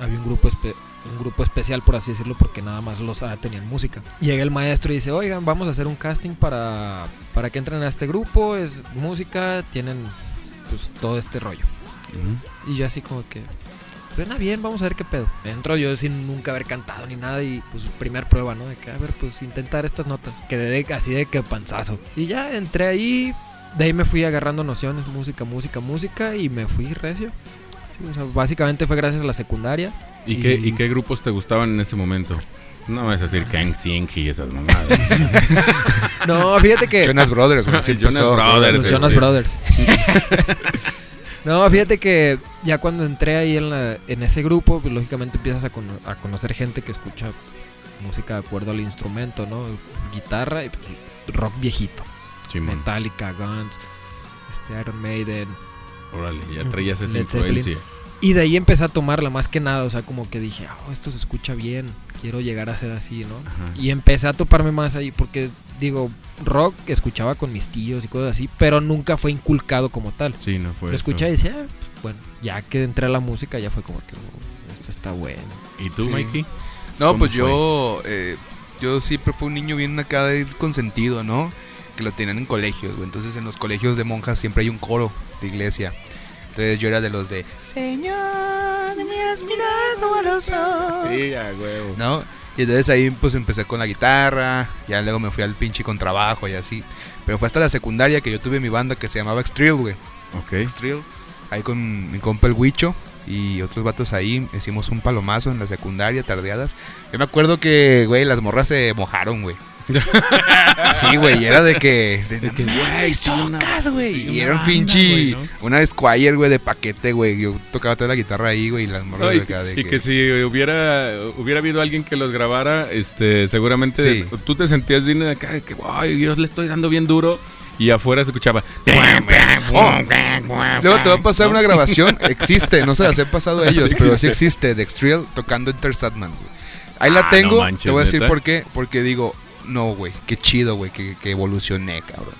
Speaker 2: Había un grupo, espe- un grupo especial, por así decirlo, porque nada más los ah, tenían música. Llega el maestro y dice, oigan, vamos a hacer un casting para, para que entren a este grupo. Es música, tienen pues todo este rollo.
Speaker 1: Ujú.
Speaker 2: Y yo así como que, suena bien, vamos a ver qué pedo. Entro yo sin nunca haber cantado ni nada y pues primer prueba, ¿no? De que, a ver, pues intentar estas notas. Quedé de- así de que panzazo. Y ya entré ahí, de ahí me fui agarrando nociones, música, música, música y me fui recio. Sí, o sea, básicamente fue gracias a la secundaria.
Speaker 1: ¿Y, Qué,
Speaker 2: Y-
Speaker 1: ¿Y qué grupos te gustaban en ese momento? No me vas a decir Kang Sinky y esas mamadas.
Speaker 2: No, fíjate que...
Speaker 3: Jonas Brothers, güey. así
Speaker 1: Jonas
Speaker 3: empezó, güey.
Speaker 1: Brothers,
Speaker 2: Los
Speaker 1: sí,
Speaker 2: Jonas
Speaker 1: sí.
Speaker 2: Brothers. No, fíjate que ya cuando entré ahí en, la- en ese grupo, pues, lógicamente empiezas a, cono- a conocer gente que escucha música de acuerdo al instrumento, ¿no? Guitarra y pues, rock viejito.
Speaker 1: Chimón.
Speaker 2: Metallica, Guns, este, Iron Maiden.
Speaker 1: Órale, ya traías esa
Speaker 2: Led Zeppelin.
Speaker 1: influencia.
Speaker 2: Y de ahí empecé a tomarla más que nada, o sea, como que dije, oh, esto se escucha bien, quiero llegar a ser así, ¿no?
Speaker 1: Ajá.
Speaker 2: Y empecé a toparme más ahí porque, digo, rock escuchaba con mis tíos y cosas así, pero nunca fue inculcado como tal.
Speaker 1: Sí, no fue. eso.
Speaker 2: Lo escuché y decía, "Ah, pues, bueno, ya que entré a la música, ya fue como que, "Oh, esto está bueno.
Speaker 1: ¿Y tú,
Speaker 3: Sí.
Speaker 1: Mikey?
Speaker 3: No,
Speaker 1: ¿Cómo
Speaker 3: pues
Speaker 1: fue?
Speaker 3: yo, eh, yo siempre fui un niño bien acá de consentido, ¿no? Que lo tenían en colegios, güey. Entonces en los colegios de monjas siempre hay un coro de iglesia. Entonces yo era de los de Señor, me has mirado a los ojos.
Speaker 1: a huevo.
Speaker 3: ¿No? Y entonces ahí pues empecé con la guitarra, ya luego me fui al pinche contrabajo y así. Pero fue hasta la secundaria que yo tuve mi banda que se llamaba Extreme, güey.
Speaker 1: Ok.
Speaker 3: Extreme. Ahí con mi compa el Huicho y otros vatos ahí hicimos un palomazo en la secundaria, tardeadas. Yo me acuerdo que, güey, las morras se mojaron, güey. sí, güey, y era de que, de-
Speaker 1: que, güey, sí, una-
Speaker 3: tocas, güey.
Speaker 1: sí,
Speaker 3: y
Speaker 1: una
Speaker 3: era un
Speaker 1: banda,
Speaker 3: pinche,
Speaker 1: güey, ¿no?
Speaker 3: una Squire, güey, de paquete, güey. Yo tocaba toda la guitarra ahí, güey, y las morras
Speaker 1: No, y,
Speaker 3: de acá de
Speaker 1: y que si hubiera hubiera habido alguien que los grabara, este seguramente
Speaker 3: Sí.
Speaker 1: tú te sentías bien de acá, de que "Ay, Dios, le estoy dando bien duro. Y afuera se escuchaba. Luego
Speaker 3: Luego te va a pasar una grabación, existe, no se las he pasado a ellos,
Speaker 1: Sí
Speaker 3: pero sí
Speaker 1: existe.
Speaker 3: existe, de Extriel tocando Enter Sandman, güey. Ahí la
Speaker 1: Ah,
Speaker 3: tengo,
Speaker 1: no manches,
Speaker 3: te voy a decir
Speaker 1: ¿neta?
Speaker 3: por qué, porque digo, no, güey, qué chido, güey, que, que evolucioné, cabrón.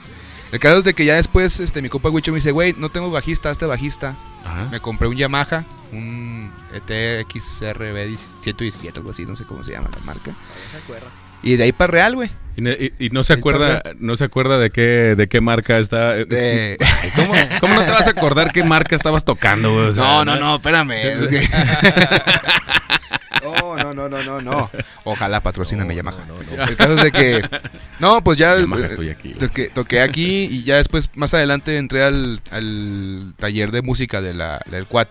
Speaker 3: El caso es de que ya después, este, mi compa Wicho me dice, güey, no tengo bajista, hazte bajista.
Speaker 1: Ah.
Speaker 3: Me compré un Yamaha, un E ETXRB 1717, algo así, no sé cómo se llama la marca. Y de ahí para real, güey.
Speaker 1: Y, ne- y- y no se acuerda, no se acuerda de qué, de qué marca está. eh,
Speaker 3: De-
Speaker 1: Ay, ¿Cómo, cómo no te vas a acordar qué marca estabas tocando, güey? O sea,
Speaker 3: no, no, no, espérame. es que- No, no, no, no, no, no. Ojalá patrocíname Yamaha.
Speaker 1: pues,
Speaker 3: El caso es de que. No, pues ya.
Speaker 1: Yamaha,
Speaker 3: eh,
Speaker 1: estoy aquí, güey.
Speaker 3: Toqué, toqué aquí y ya después, más adelante, entré al, al taller de música de la, del Quad,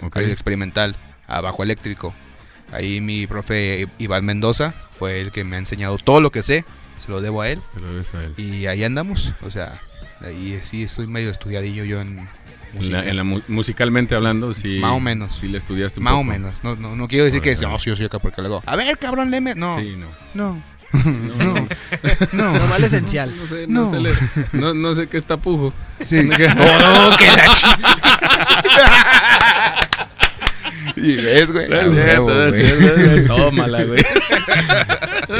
Speaker 1: Ok.
Speaker 3: al experimental, a bajo eléctrico. Ahí mi profe Iván Mendoza fue el que me ha enseñado todo lo que sé se lo debo a él.
Speaker 1: Se lo debes a él.
Speaker 3: Y ahí andamos, o sea, ahí sí estoy medio estudiadillo yo en
Speaker 1: En la-
Speaker 3: música.
Speaker 1: en la mu- musicalmente hablando, sí.
Speaker 3: Más o menos.
Speaker 1: Sí, le estudiaste un
Speaker 3: Más o
Speaker 1: poco.
Speaker 3: menos. No, no, no quiero decir que
Speaker 1: Órale.
Speaker 3: no, sí, yo sí, acá porque luego. A ver, cabrón, leme. No,
Speaker 1: Sí, no.
Speaker 3: no,
Speaker 1: No, no,
Speaker 3: no.
Speaker 4: Lo mal esencial.
Speaker 1: no sé,
Speaker 3: No.
Speaker 1: no, sé le- no- no sé qué está pujo.
Speaker 3: Sí. Oh, que la chi- Y ves, güey. a huevo, güey.
Speaker 1: Tómala, güey.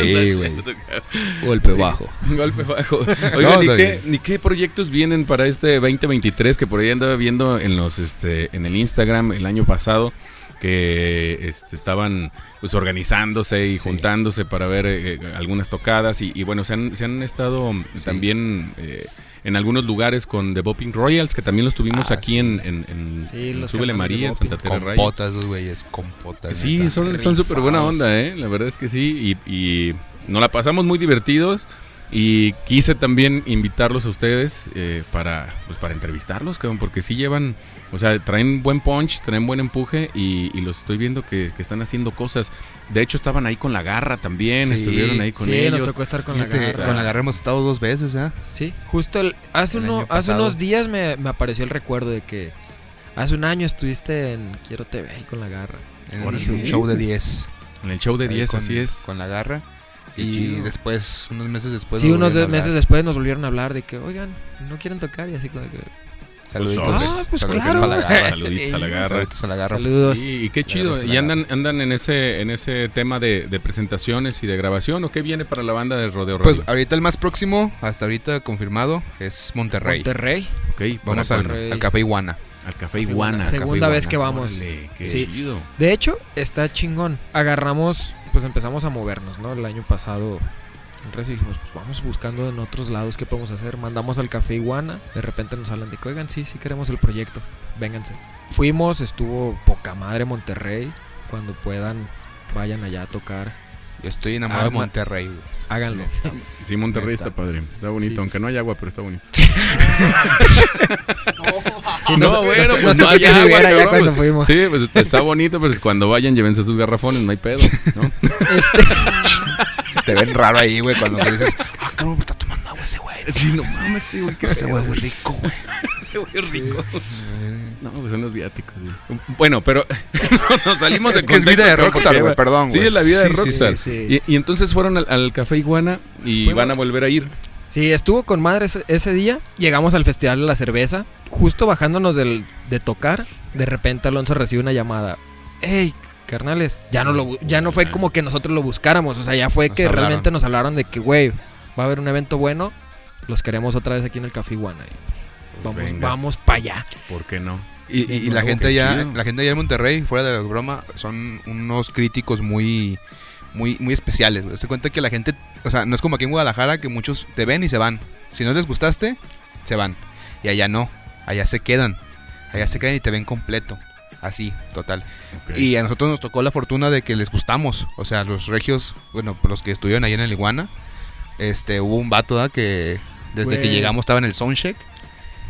Speaker 3: Sí, güey. Golpe bajo.
Speaker 1: Golpe bajo. Oigan,
Speaker 3: está
Speaker 1: ¿y, qué,
Speaker 3: bien.
Speaker 1: ¿y qué proyectos vienen para este 2023? Que por ahí andaba viendo en los este en el Instagram el año pasado que este, estaban pues, organizándose y
Speaker 3: Sí.
Speaker 1: juntándose para ver eh, algunas tocadas y, y, bueno, se han, se han estado
Speaker 3: Sí.
Speaker 1: también eh, en algunos lugares con The Bopping Royals, que también los tuvimos
Speaker 3: Ah,
Speaker 1: aquí
Speaker 3: sí.
Speaker 1: en, en, en-
Speaker 2: Sí,
Speaker 1: en
Speaker 2: los
Speaker 1: Súbele
Speaker 2: campeones de
Speaker 1: María, en
Speaker 2: Boping.
Speaker 1: Santa Teresa Raya.
Speaker 3: Compotas, esos güeyes, compotas.
Speaker 1: Sí,
Speaker 3: Pues neta.
Speaker 1: son, son súper buena onda, ¿eh? La verdad es que sí. Y, y nos la pasamos muy divertidos. Y quise también invitarlos a ustedes eh, para, pues, para entrevistarlos, cabrón, porque sí llevan, o sea, traen buen punch, traen buen empuje y, y los estoy viendo que, que están haciendo cosas. De hecho, estaban ahí con la garra también,
Speaker 3: Sí,
Speaker 1: estuvieron ahí con
Speaker 2: sí,
Speaker 1: ellos.
Speaker 2: nos tocó estar con la
Speaker 3: Fíjate,
Speaker 2: garra.
Speaker 3: Con la garra hemos estado dos veces, ¿eh?
Speaker 2: Sí, justo el- hace,
Speaker 3: El
Speaker 2: uno-
Speaker 3: año
Speaker 2: hace
Speaker 3: pasado.
Speaker 2: unos días me, me apareció el recuerdo de que hace un año estuviste en Quiero TV ahí con la garra.
Speaker 3: En
Speaker 1: Órale.
Speaker 3: un show de 10.
Speaker 1: En el show de
Speaker 3: Ahí
Speaker 1: 10,
Speaker 3: con-
Speaker 1: así es.
Speaker 3: Con la garra.
Speaker 1: Qué
Speaker 3: Y
Speaker 1: chido.
Speaker 3: después, unos meses después.
Speaker 2: sí,
Speaker 3: Pues
Speaker 2: unos
Speaker 3: nos
Speaker 2: de-
Speaker 3: volvieron a
Speaker 2: meses
Speaker 3: hablar.
Speaker 2: después nos volvieron a hablar de que, oigan, no quieren tocar y así como que...
Speaker 3: Saluditos.
Speaker 1: Pues,
Speaker 3: ah, pues
Speaker 2: saluditos
Speaker 3: claro.
Speaker 2: para la garra.
Speaker 1: Saluditos a la garra.
Speaker 3: Saluditos a la garra.
Speaker 2: Saludos.
Speaker 1: Sí, y qué
Speaker 3: Claro,
Speaker 1: chido.
Speaker 3: claro.
Speaker 1: ¿Y andan, andan en ese, en ese tema de, de presentaciones y de grabación? ¿O qué viene para la banda del Rodeo
Speaker 3: Pues
Speaker 1: Radio?
Speaker 3: ahorita el más próximo, hasta ahorita confirmado, es Monterrey.
Speaker 2: Monterrey.
Speaker 1: Ok, para
Speaker 3: Vamos
Speaker 1: cuándo?
Speaker 3: al,
Speaker 2: Monterrey.
Speaker 3: al Café Iguana.
Speaker 1: Al Café
Speaker 2: Café
Speaker 1: Iguana.
Speaker 2: Iguana. Segunda
Speaker 1: Café
Speaker 2: vez
Speaker 1: Iguana.
Speaker 2: que vamos.
Speaker 1: Órale, qué
Speaker 2: Sí.
Speaker 1: chido.
Speaker 2: De hecho, está chingón. Agarramos, pues empezamos a movernos, ¿no? El año pasado, en recio dijimos, pues vamos buscando en otros lados qué podemos hacer. Mandamos al Café Iguana, de repente nos hablan de que, oigan, sí, sí queremos el proyecto, vénganse. Fuimos, estuvo poca madre Monterrey. Cuando puedan, vayan allá a tocar,
Speaker 3: Yo estoy enamorado de
Speaker 2: Arma-
Speaker 3: Monterrey, güey.
Speaker 2: háganlo.
Speaker 1: Sí, Monterrey
Speaker 3: Neta.
Speaker 1: está padre. Está bonito,
Speaker 2: Sí.
Speaker 1: aunque no hay agua, pero está bonito.
Speaker 2: Sí,
Speaker 1: No,
Speaker 2: nos-
Speaker 1: bueno,
Speaker 2: nos-
Speaker 1: pues
Speaker 2: nos
Speaker 1: no
Speaker 2: tocó
Speaker 1: hay
Speaker 2: que
Speaker 1: agua,
Speaker 2: lloviera allá
Speaker 1: cabrón,
Speaker 2: cuando
Speaker 1: pues.
Speaker 2: fuimos.
Speaker 1: Sí, pues está bonito, pero cuando vayan, llévense sus garrafones, no hay pedo. ¿no?
Speaker 2: Este,
Speaker 3: Te ven raro ahí, güey, cuando te dices, ah, cabrón, pero está tomando agua ese güey.
Speaker 1: Sí, no mames, sí, güey,
Speaker 3: Ese güey es rico, güey.
Speaker 1: se güey rico. No, pues son los viáticos. güey. Bueno, pero nos salimos de
Speaker 3: Es que es vida de rockstar, güey, perdón,
Speaker 1: Sí,
Speaker 3: güey.
Speaker 1: es la vida de
Speaker 2: Sí, sí,
Speaker 1: rockstar.
Speaker 2: sí, sí.
Speaker 1: Y, y entonces fueron al, al Café Iguana y
Speaker 2: Fuimos.
Speaker 1: van a volver a ir.
Speaker 2: Sí, estuvo con madre ese, ese día. Llegamos al Festival de la Cerveza. Justo bajándonos del, de tocar, de repente Alonso recibe una llamada. ¡Ey, carnales! Ya no, lo, bu- ya no fue como que nosotros lo buscáramos. O sea, ya fue
Speaker 3: Nos
Speaker 2: que
Speaker 3: hablaron.
Speaker 2: realmente nos hablaron de que, güey, va a haber un evento bueno. Los queremos otra vez aquí en el Café Iguana. Y Vamos,
Speaker 1: venga.
Speaker 2: vamos para allá.
Speaker 1: ¿Por qué no?
Speaker 3: Y, y- y la
Speaker 1: No,
Speaker 3: gente
Speaker 1: qué
Speaker 3: allá,
Speaker 1: chido.
Speaker 3: la gente allá en Monterrey, fuera de la broma, son unos críticos muy, muy, muy especiales, güey. Se cuenta que la gente, o sea, no es como aquí en Guadalajara que muchos te ven y se van. Si no les gustaste, se van. Y allá no, allá se quedan. Allá se quedan y te ven completo. Así, total. Y a nosotros nos tocó la fortuna de que les gustamos. O sea, los regios, bueno, los que estuvieron ahí en el Iguana, este, hubo un vato ¿da? que desde que
Speaker 2: Güey.
Speaker 3: llegamos estaba en el soundcheck.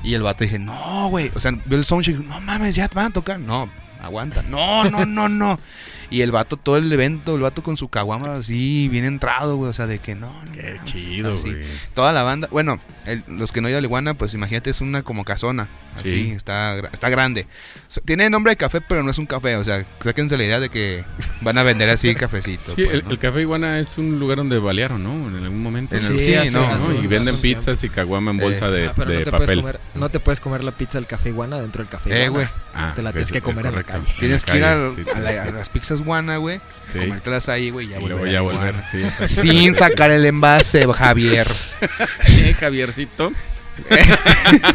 Speaker 3: Y el vato dije, no, güey. O sea, vio el soundcheck, no mames, ya van a tocar. No, aguanta. No, no, no, no. Y el vato, todo el evento, el vato con su caguama así, bien entrado, güey. O sea, de que no, no.
Speaker 1: Qué
Speaker 3: no".
Speaker 1: chido,
Speaker 3: Así.
Speaker 1: güey.
Speaker 3: Toda la banda, bueno, el- los que no iban al Iguana, pues imagínate, es una como casona. Así,
Speaker 1: Sí.
Speaker 3: está, gra- está grande. O sea, tiene nombre de café, pero no es un café. O sea, sáquense la idea de que van a vender así cafecito.
Speaker 1: Sí,
Speaker 3: pues,
Speaker 1: el,
Speaker 3: ¿no?
Speaker 1: el Café Iguana es un lugar donde balearon, ¿no? En algún momento.
Speaker 3: En el- Sí,
Speaker 2: hace-
Speaker 3: no,
Speaker 2: hace
Speaker 1: ¿no? Y
Speaker 2: unos-
Speaker 1: venden
Speaker 2: hace un tiempo.
Speaker 1: pizzas y caguama en
Speaker 3: Eh,
Speaker 1: bolsa de,
Speaker 2: Ah, pero
Speaker 1: de
Speaker 2: no te, puedes
Speaker 1: papel.
Speaker 2: comer, no te puedes comer la pizza del Café Iguana dentro del Café Iguana.
Speaker 3: Eh, güey.
Speaker 1: Ah,
Speaker 2: te la
Speaker 1: es-
Speaker 2: tienes que
Speaker 1: es
Speaker 2: comer en la
Speaker 1: correcto.
Speaker 2: calle.
Speaker 3: Tienes que ir al-
Speaker 1: sí,
Speaker 3: a,
Speaker 1: tienes
Speaker 3: la- a
Speaker 1: que-
Speaker 3: las pizzas guana, güey.
Speaker 1: sí.
Speaker 3: Comértelas ahí, güey, y ya
Speaker 1: Y luego
Speaker 3: volver
Speaker 1: ya
Speaker 3: al
Speaker 1: volver.
Speaker 3: Iguana.
Speaker 1: Sí,
Speaker 3: Sin sacar el envase, Javier.
Speaker 1: Eh, Javiercito.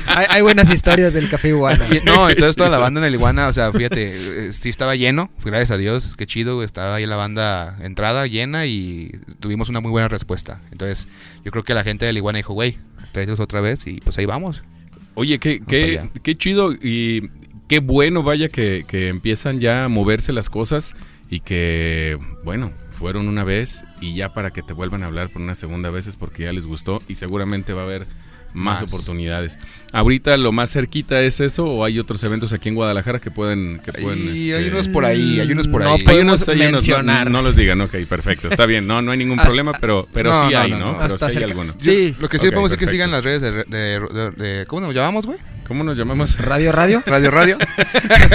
Speaker 2: hay, hay buenas historias del Café Iguana.
Speaker 3: Y- no, entonces toda la banda en el Iguana, o sea, fíjate, eh, sí estaba lleno, gracias a Dios, qué chido, güey, estaba ahí la banda entrada llena y tuvimos una muy buena respuesta. Entonces, yo creo que la gente del Iguana dijo, güey, tráetelos otra vez y pues ahí vamos.
Speaker 1: Oye, qué, qué,
Speaker 3: para allá.
Speaker 1: qué chido y qué bueno, vaya, que, que empiezan ya a moverse las cosas y que, bueno, fueron una vez y ya para que te vuelvan a hablar por una segunda vez es porque ya les gustó y seguramente va a haber más,
Speaker 3: Más.
Speaker 1: oportunidades. Ahorita lo más cerquita es eso o hay otros eventos aquí en Guadalajara que pueden... Que pueden
Speaker 3: Y
Speaker 1: este,
Speaker 3: hay unos por ahí, hay unos por
Speaker 2: No,
Speaker 3: ahí.
Speaker 1: hay
Speaker 2: pero-
Speaker 1: unos,
Speaker 2: podemos
Speaker 1: hay unos, no-
Speaker 2: mencionar.
Speaker 1: no, los digan, ok, perfecto, está bien, no, no hay ningún
Speaker 2: Hasta-
Speaker 1: problema, pero, pero
Speaker 3: no,
Speaker 1: sí
Speaker 3: no,
Speaker 1: hay,
Speaker 3: no,
Speaker 1: ¿no?
Speaker 3: no.
Speaker 1: Pero sí
Speaker 2: Hasta
Speaker 1: hay
Speaker 2: cerca.
Speaker 1: alguno.
Speaker 2: Sí.
Speaker 3: Lo que sí
Speaker 1: Ok,
Speaker 3: podemos es que
Speaker 1: perfecto.
Speaker 3: sigan las redes de, de- de- de- ¿Cómo nos llamamos, güey?
Speaker 1: ¿Cómo nos llamamos?
Speaker 2: Radio, radio.
Speaker 3: Radio Radio.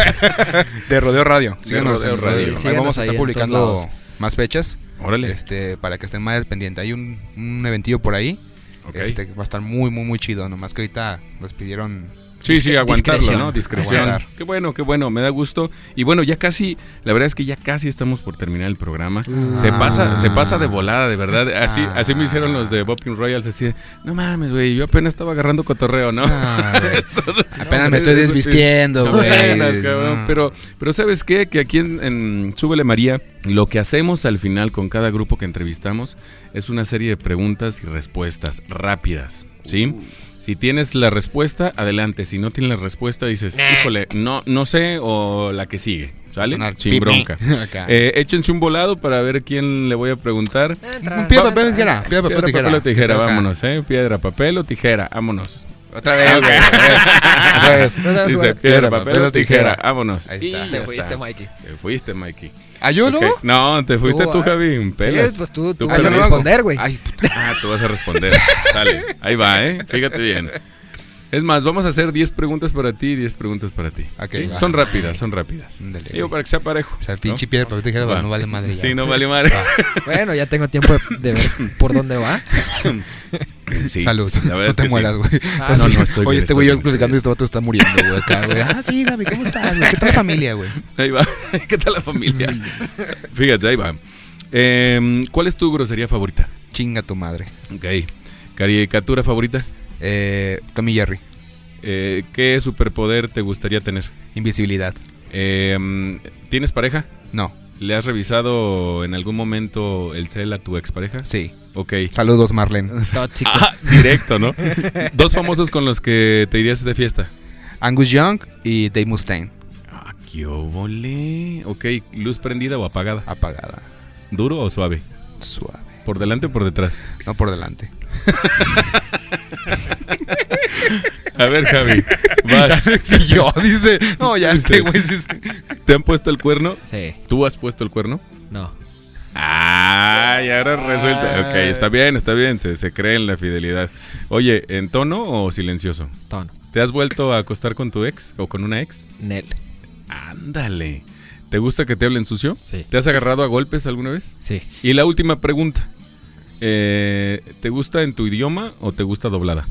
Speaker 3: de Rodeo Radio. Síganos
Speaker 1: Rodeo
Speaker 3: en
Speaker 1: Radio.
Speaker 3: Radio. Ahí
Speaker 2: Síganos
Speaker 3: vamos a
Speaker 2: ahí
Speaker 3: estar
Speaker 2: en todos
Speaker 3: publicando
Speaker 2: lados.
Speaker 3: más fechas.
Speaker 1: Órale,
Speaker 3: Este, para que estén más al pendiente. Hay un, un eventillo por ahí.
Speaker 1: ok.
Speaker 3: Este, que va a estar muy, muy, muy chido. Nomás que ahorita nos pidieron.
Speaker 1: Sí, sí,
Speaker 3: discre-
Speaker 1: aguantarlo,
Speaker 3: discreción.
Speaker 1: ¿no? Discreción.
Speaker 3: Aguantar.
Speaker 1: Qué bueno, qué bueno, me da gusto. Y bueno, ya casi, la verdad es que ya casi estamos por terminar el programa. Se
Speaker 3: Ah.
Speaker 1: pasa, se pasa de volada, de verdad. Así, así me hicieron los de Bopping Royals, así de, no mames, güey, yo apenas estaba agarrando cotorreo, ¿no?
Speaker 3: Ah, güey.
Speaker 1: Eso no-
Speaker 3: Apenas me estoy desvistiendo, güey.
Speaker 1: Apenas, cabrón.
Speaker 3: No.
Speaker 1: Pero, pero ¿sabes qué? Que aquí en, en Súbele María, lo que hacemos al final con cada grupo que entrevistamos es una serie de preguntas y respuestas rápidas, ¿sí? Si tienes la respuesta, adelante. Si no tienes la respuesta, dices, híjole, no, no sé, o la que sigue, ¿sale?
Speaker 3: Sonar
Speaker 1: Sin
Speaker 3: pipí.
Speaker 1: bronca.
Speaker 3: Acá.
Speaker 1: Eh, échense un volado para ver quién le voy a preguntar.
Speaker 3: Un piedra, papel,
Speaker 1: Piedra,
Speaker 3: tijera. Piedra, papel, tijera.
Speaker 1: papel o
Speaker 3: Que está
Speaker 1: tijera,
Speaker 3: acá.
Speaker 1: vámonos, ¿eh? Piedra, papel o tijera, vámonos.
Speaker 3: Otra vez, Eh, güey. Otra vez.
Speaker 1: Dice, piedra, papel o tijera, vámonos.
Speaker 3: Ahí
Speaker 1: Y
Speaker 3: está. Ah,
Speaker 1: ya
Speaker 2: Te fuiste,
Speaker 1: está.
Speaker 2: Mikey.
Speaker 1: Te Eh, fuiste, Mikey.
Speaker 3: ¿Ayuno?
Speaker 1: Ok. No, te fuiste
Speaker 2: Tú,
Speaker 1: tú,
Speaker 3: eh.
Speaker 2: ah.
Speaker 1: Javi. Pelas.
Speaker 2: Sí, pues tú,
Speaker 1: Tú
Speaker 2: tú vas a
Speaker 1: perdiste.
Speaker 2: responder, güey.
Speaker 3: Ay, puta.
Speaker 1: Ah, tú vas a responder. Sale. Ahí va, ¿eh? Fíjate bien. Es más, vamos a hacer 10 preguntas para ti y 10 preguntas para ti.
Speaker 3: Ok,
Speaker 1: ¿Sí?
Speaker 3: va.
Speaker 1: Son rápidas, son rápidas.
Speaker 3: Ándale,
Speaker 1: Digo,
Speaker 3: güey.
Speaker 1: para que sea parejo.
Speaker 3: O sea,
Speaker 1: ¿no?
Speaker 3: pinche piedra, papel, tijera,
Speaker 1: Va.
Speaker 3: no vale madre. ya.
Speaker 1: Sí, no vale madre.
Speaker 2: Bueno, ya tengo tiempo de, de ver por dónde va.
Speaker 1: Sí,
Speaker 3: Salud.
Speaker 1: la verdad
Speaker 3: No
Speaker 1: es que
Speaker 3: te
Speaker 1: sí.
Speaker 3: mueras, güey.
Speaker 1: Ah, no, no, estoy
Speaker 3: Oye,
Speaker 1: bien,
Speaker 3: este
Speaker 1: estoy
Speaker 3: güey,
Speaker 1: bien,
Speaker 3: yo
Speaker 1: estoy
Speaker 3: platicando y
Speaker 1: bien.
Speaker 3: este vato está muriendo, güey, acá, güey. Ah, sí, Gaby, ¿cómo estás, güey? ¿Qué tal la familia, güey?
Speaker 1: Ahí va. ¿Qué tal la familia? Fíjate, ahí va. Em, ¿Cuál es tu grosería favorita?
Speaker 3: Chinga tu madre.
Speaker 1: Ok. ¿Caricatura favorita?
Speaker 3: Eh, Tommy Jerry.
Speaker 1: Eh, ¿Qué superpoder te gustaría tener?
Speaker 3: Invisibilidad.
Speaker 1: Em, ¿Tienes pareja?
Speaker 3: No,
Speaker 1: ¿Le has revisado en algún momento el cel a tu expareja?
Speaker 3: sí.
Speaker 1: Ok.
Speaker 3: Saludos, Marlene.
Speaker 2: Tóxico.
Speaker 1: Ah, directo, ¿no? Dos famosos con los que te irías de fiesta.
Speaker 3: Angus Young y Dave Mustaine.
Speaker 1: Ah, qué óvole. Ok, luz prendida o apagada.
Speaker 3: Apagada.
Speaker 1: ¿Duro o suave?
Speaker 3: Suave.
Speaker 1: ¿Por delante o por detrás?
Speaker 3: No por delante.
Speaker 1: A ver, Javi. vas.
Speaker 3: Si yo, dice. No, ya
Speaker 1: este
Speaker 3: este
Speaker 1: güey
Speaker 3: güey.
Speaker 1: ¿Te han puesto el cuerno?
Speaker 2: Sí,
Speaker 1: ¿Tú has puesto el cuerno?
Speaker 2: no.
Speaker 1: Ah, y ahora resulta. Ok, está bien, está bien. Se, se cree en la fidelidad. Oye, ¿en tono o silencioso?
Speaker 2: Tono.
Speaker 1: ¿Te has vuelto a acostar con tu ex o con una ex?
Speaker 2: Nel.
Speaker 1: Ándale. ¿Te gusta que te hablen sucio?
Speaker 2: Sí.
Speaker 1: ¿Te has agarrado a golpes alguna vez?
Speaker 2: Sí.
Speaker 1: Y la última pregunta. Eh, ¿Te gusta en tu idioma o te gusta doblada?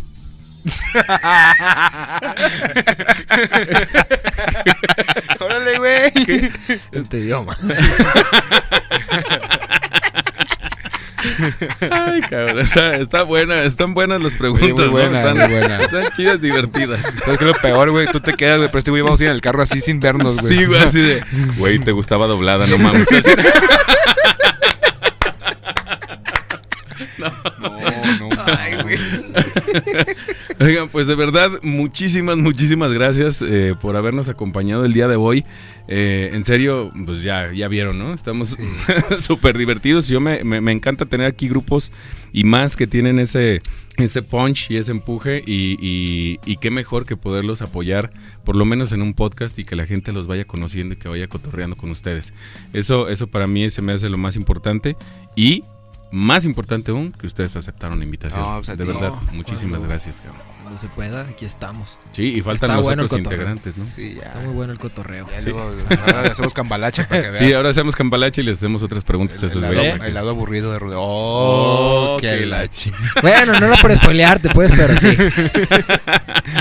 Speaker 3: Órale, güey.
Speaker 2: En tu idioma.
Speaker 1: Ay, cabrón. Está, está buena, están buenas las preguntas.
Speaker 3: muy
Speaker 1: ¿no?
Speaker 3: buena,
Speaker 1: están,
Speaker 3: muy buena.
Speaker 1: están chidas, divertidas.
Speaker 3: ¿Sabes qué es lo peor, güey? Tú te quedas, güey. Pero este güey vamos a ir en el carro así sin vernos, güey.
Speaker 1: Sí, güey, así de. Güey, te gustaba doblada, no mames. Así-
Speaker 3: No, no. Ay, güey.
Speaker 1: Oigan, pues de verdad, muchísimas, muchísimas gracias eh, por habernos acompañado el día de hoy. Eh, en serio, pues ya, ya vieron, ¿no? Estamos súper divertidos. Yo me, me- me encanta tener aquí grupos y más que tienen ese, ese punch y ese empuje. Y, y- y qué mejor que poderlos apoyar, por lo menos en un podcast y que la gente los vaya conociendo y que vaya cotorreando con ustedes. Eso, eso para mí se me hace lo más importante. Y. Más importante aún, que ustedes aceptaron la invitación.
Speaker 3: No, pues, a
Speaker 1: de
Speaker 3: ti.
Speaker 1: verdad,
Speaker 2: No,
Speaker 1: muchísimas
Speaker 2: cuando-
Speaker 1: gracias, cabrón.
Speaker 2: Cuando se pueda, aquí estamos.
Speaker 1: Sí, y faltan
Speaker 2: Está
Speaker 1: los
Speaker 2: bueno el
Speaker 1: otros
Speaker 2: cotorreo.
Speaker 1: integrantes, ¿no?
Speaker 3: Sí, ya.
Speaker 2: Está muy bueno el cotorreo.
Speaker 3: Ya luego, ahora le hacemos cambalacha para que veas.
Speaker 1: Sí, ahora hacemos cambalache y les hacemos otras preguntas a
Speaker 3: El,
Speaker 1: esos
Speaker 3: lado,
Speaker 1: güeyes.
Speaker 2: ¿Eh?
Speaker 1: para
Speaker 3: el
Speaker 1: que-
Speaker 3: lado aburrido de Rodeo. Oh,
Speaker 1: Oh,
Speaker 3: qué
Speaker 1: qué
Speaker 3: la
Speaker 1: la
Speaker 3: chi-
Speaker 2: Bueno, no era por spoilearte, pues, pero sí.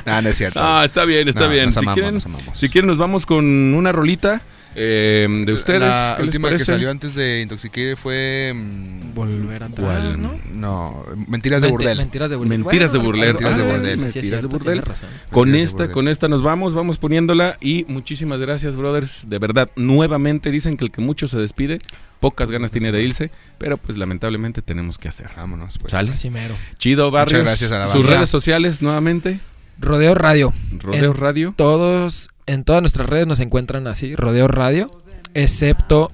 Speaker 3: No, no es cierto.
Speaker 1: Ah, está bien, está
Speaker 3: No,
Speaker 1: bien.
Speaker 3: nos
Speaker 1: Si
Speaker 3: amamos,
Speaker 1: quieren,
Speaker 3: nos amamos.
Speaker 1: si quieren nos vamos con una rolita eh, de ustedes.
Speaker 3: La
Speaker 1: ¿Qué les
Speaker 3: última que
Speaker 1: parece?
Speaker 3: salió antes de Intoxique fue. mm,
Speaker 2: Volver atrás,
Speaker 1: ¿Cuál?
Speaker 2: ¿no?
Speaker 3: No, Mentiras de
Speaker 2: Menti-
Speaker 3: Burdel.
Speaker 2: Mentiras de burdel.
Speaker 1: Mentiras de burdel.
Speaker 3: Mentiras de
Speaker 2: ah,
Speaker 3: burdel.
Speaker 2: Sí,
Speaker 1: Mentiras
Speaker 2: es
Speaker 1: de
Speaker 2: cierto,
Speaker 1: burdel.
Speaker 2: tienes razón.
Speaker 1: Con
Speaker 3: Mentiras de
Speaker 1: esta,
Speaker 3: burdel.
Speaker 1: con esta nos vamos, vamos poniéndola y muchísimas gracias, brothers. De verdad, nuevamente dicen que el que mucho se despide, pocas ganas tiene de irse, pero pues lamentablemente tenemos que hacer.
Speaker 3: Vámonos, pues.
Speaker 1: Sale.
Speaker 2: Así mero.
Speaker 1: Chido Barrios,
Speaker 3: gracias a la
Speaker 1: sus
Speaker 3: banda.
Speaker 1: redes sociales nuevamente,
Speaker 2: Rodeo Radio.
Speaker 1: Rodeo
Speaker 2: En-
Speaker 1: Radio.
Speaker 2: Todos, en todas nuestras redes nos encuentran así, Rodeo Radio, excepto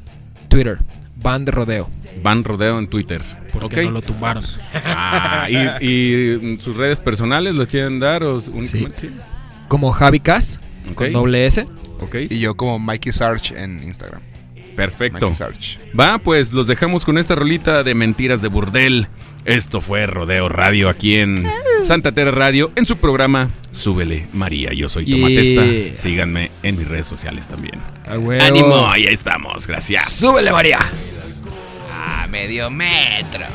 Speaker 2: Twitter, Band Rodeo.
Speaker 1: Van Rodeo en Twitter.
Speaker 2: Porque
Speaker 1: ¿ok?
Speaker 2: no lo tumbaron.
Speaker 1: Ah, y, y, mm, sus redes personales lo quieren dar o s- únicamente.
Speaker 2: Como Javi Cas,
Speaker 1: Ok,
Speaker 2: con doble S.
Speaker 1: ok,
Speaker 3: Y yo como Mikey Sarch en Instagram.
Speaker 1: perfecto.
Speaker 3: Mikey Sarch.
Speaker 1: Va, pues los dejamos con esta rolita de mentiras de burdel. Esto fue Rodeo Radio aquí en Santa Terra Radio en su programa Súbele María. Yo soy Tomatesta.
Speaker 2: Yeah.
Speaker 1: Síganme en mis redes sociales también.
Speaker 2: A huevo.
Speaker 1: Ánimo, ahí estamos. Gracias.
Speaker 2: ¡Súbele, María!
Speaker 3: A medio metro.